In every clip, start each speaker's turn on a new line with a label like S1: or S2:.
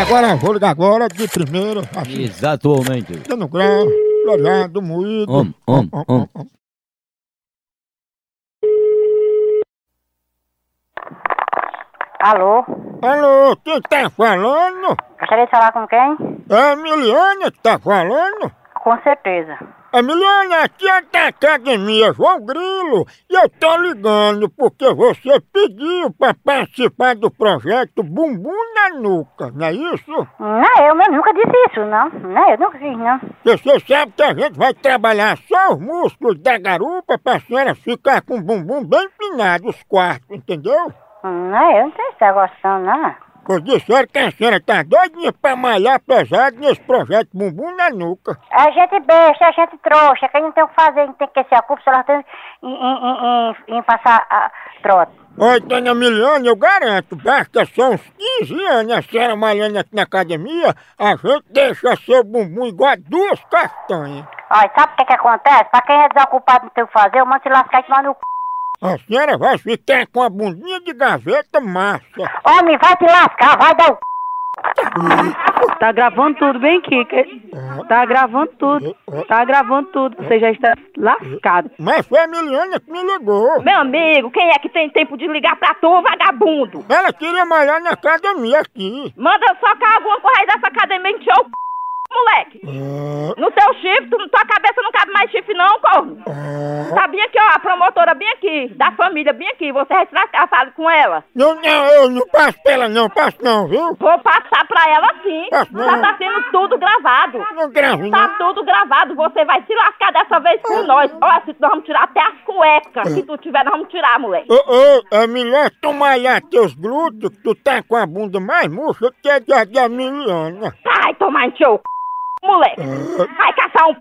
S1: agora, vou ligar agora, de primeiro, assim,
S2: Exatamente.
S1: dando grau, lojado, moído.
S2: Om, om, om.
S3: Alô?
S1: Alô, quem tá falando?
S3: Gostaria de falar com quem?
S1: É a Miliana que tá falando?
S3: Com certeza.
S1: A Miliana, aqui é da Academia João Grilo e eu tô ligando porque você pediu pra participar do projeto Bumbum na Nuca, não é isso?
S3: Não, é eu mesmo nunca disse isso, não. Não, é eu nunca fiz, não.
S1: Você sabe que a gente vai trabalhar só os músculos da garupa pra senhora ficar com o bumbum bem empinado, os quartos, entendeu?
S3: Não, eu não sei se tá gostando, não.
S1: Pois disseram que a senhora tá doidinha pra malhar pesado nesse projeto bumbum na nuca.
S3: A É gente besta, a gente trouxa. Quem não tem o que fazer, não tem que ser a culpa, só ela tem em, em, em, em, em passar a trota.
S1: Oi, dona Miliane, eu garanto, basta só uns 15 anos a senhora malhando aqui na academia, a gente deixa seu bumbum igual a duas castanhas.
S3: Olha, sabe o que que acontece? Pra quem é desocupado não tem o que fazer, eu mando se lascar e tomar no c...
S1: A senhora vai ficar com a bundinha de gaveta massa.
S3: Homem, vai te lascar, vai dar o c...
S4: Tá gravando tudo, bem, Kika? Tá gravando tudo.
S1: É.
S4: Tá gravando tudo. Você já está lascado.
S1: Mas foi a Miliane que me ligou.
S5: Meu amigo, quem é que tem tempo de ligar pra tu, vagabundo?
S1: Ela queria malhar na academia aqui.
S5: Manda socar alguma coisa aí dessa academia em teu c... moleque.
S1: Ah,
S5: No teu chifre, tu, tua cabeça não cabe mais chifre não, corno.
S1: ah.
S5: Tá bem aqui, ó, a promotora bem aqui, da família bem aqui. Você vai se lascar, fala com ela.
S1: Eu não, eu não passo pela não, passo não, viu?
S5: Vou passar pra ela sim.
S1: Ah, não.
S5: Já tá sendo tudo gravado.
S1: Não grave
S5: Tá
S1: não.
S5: tudo gravado, você vai se lascar dessa vez com nós. Olha, se nós vamos tirar até as cuecas que tu tiver, nós vamos tirar, moleque.
S1: Ô, ô, é melhor tu malhar teus glúteos, que tu tá com a bunda mais murcha que a da da Miliane.
S5: Vai tomar em teu c... moleque.
S1: É.
S5: Vai caçar um c...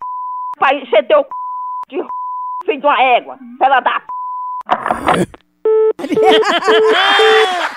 S5: pra encher teu c... de c... filho de uma égua. Pela da p...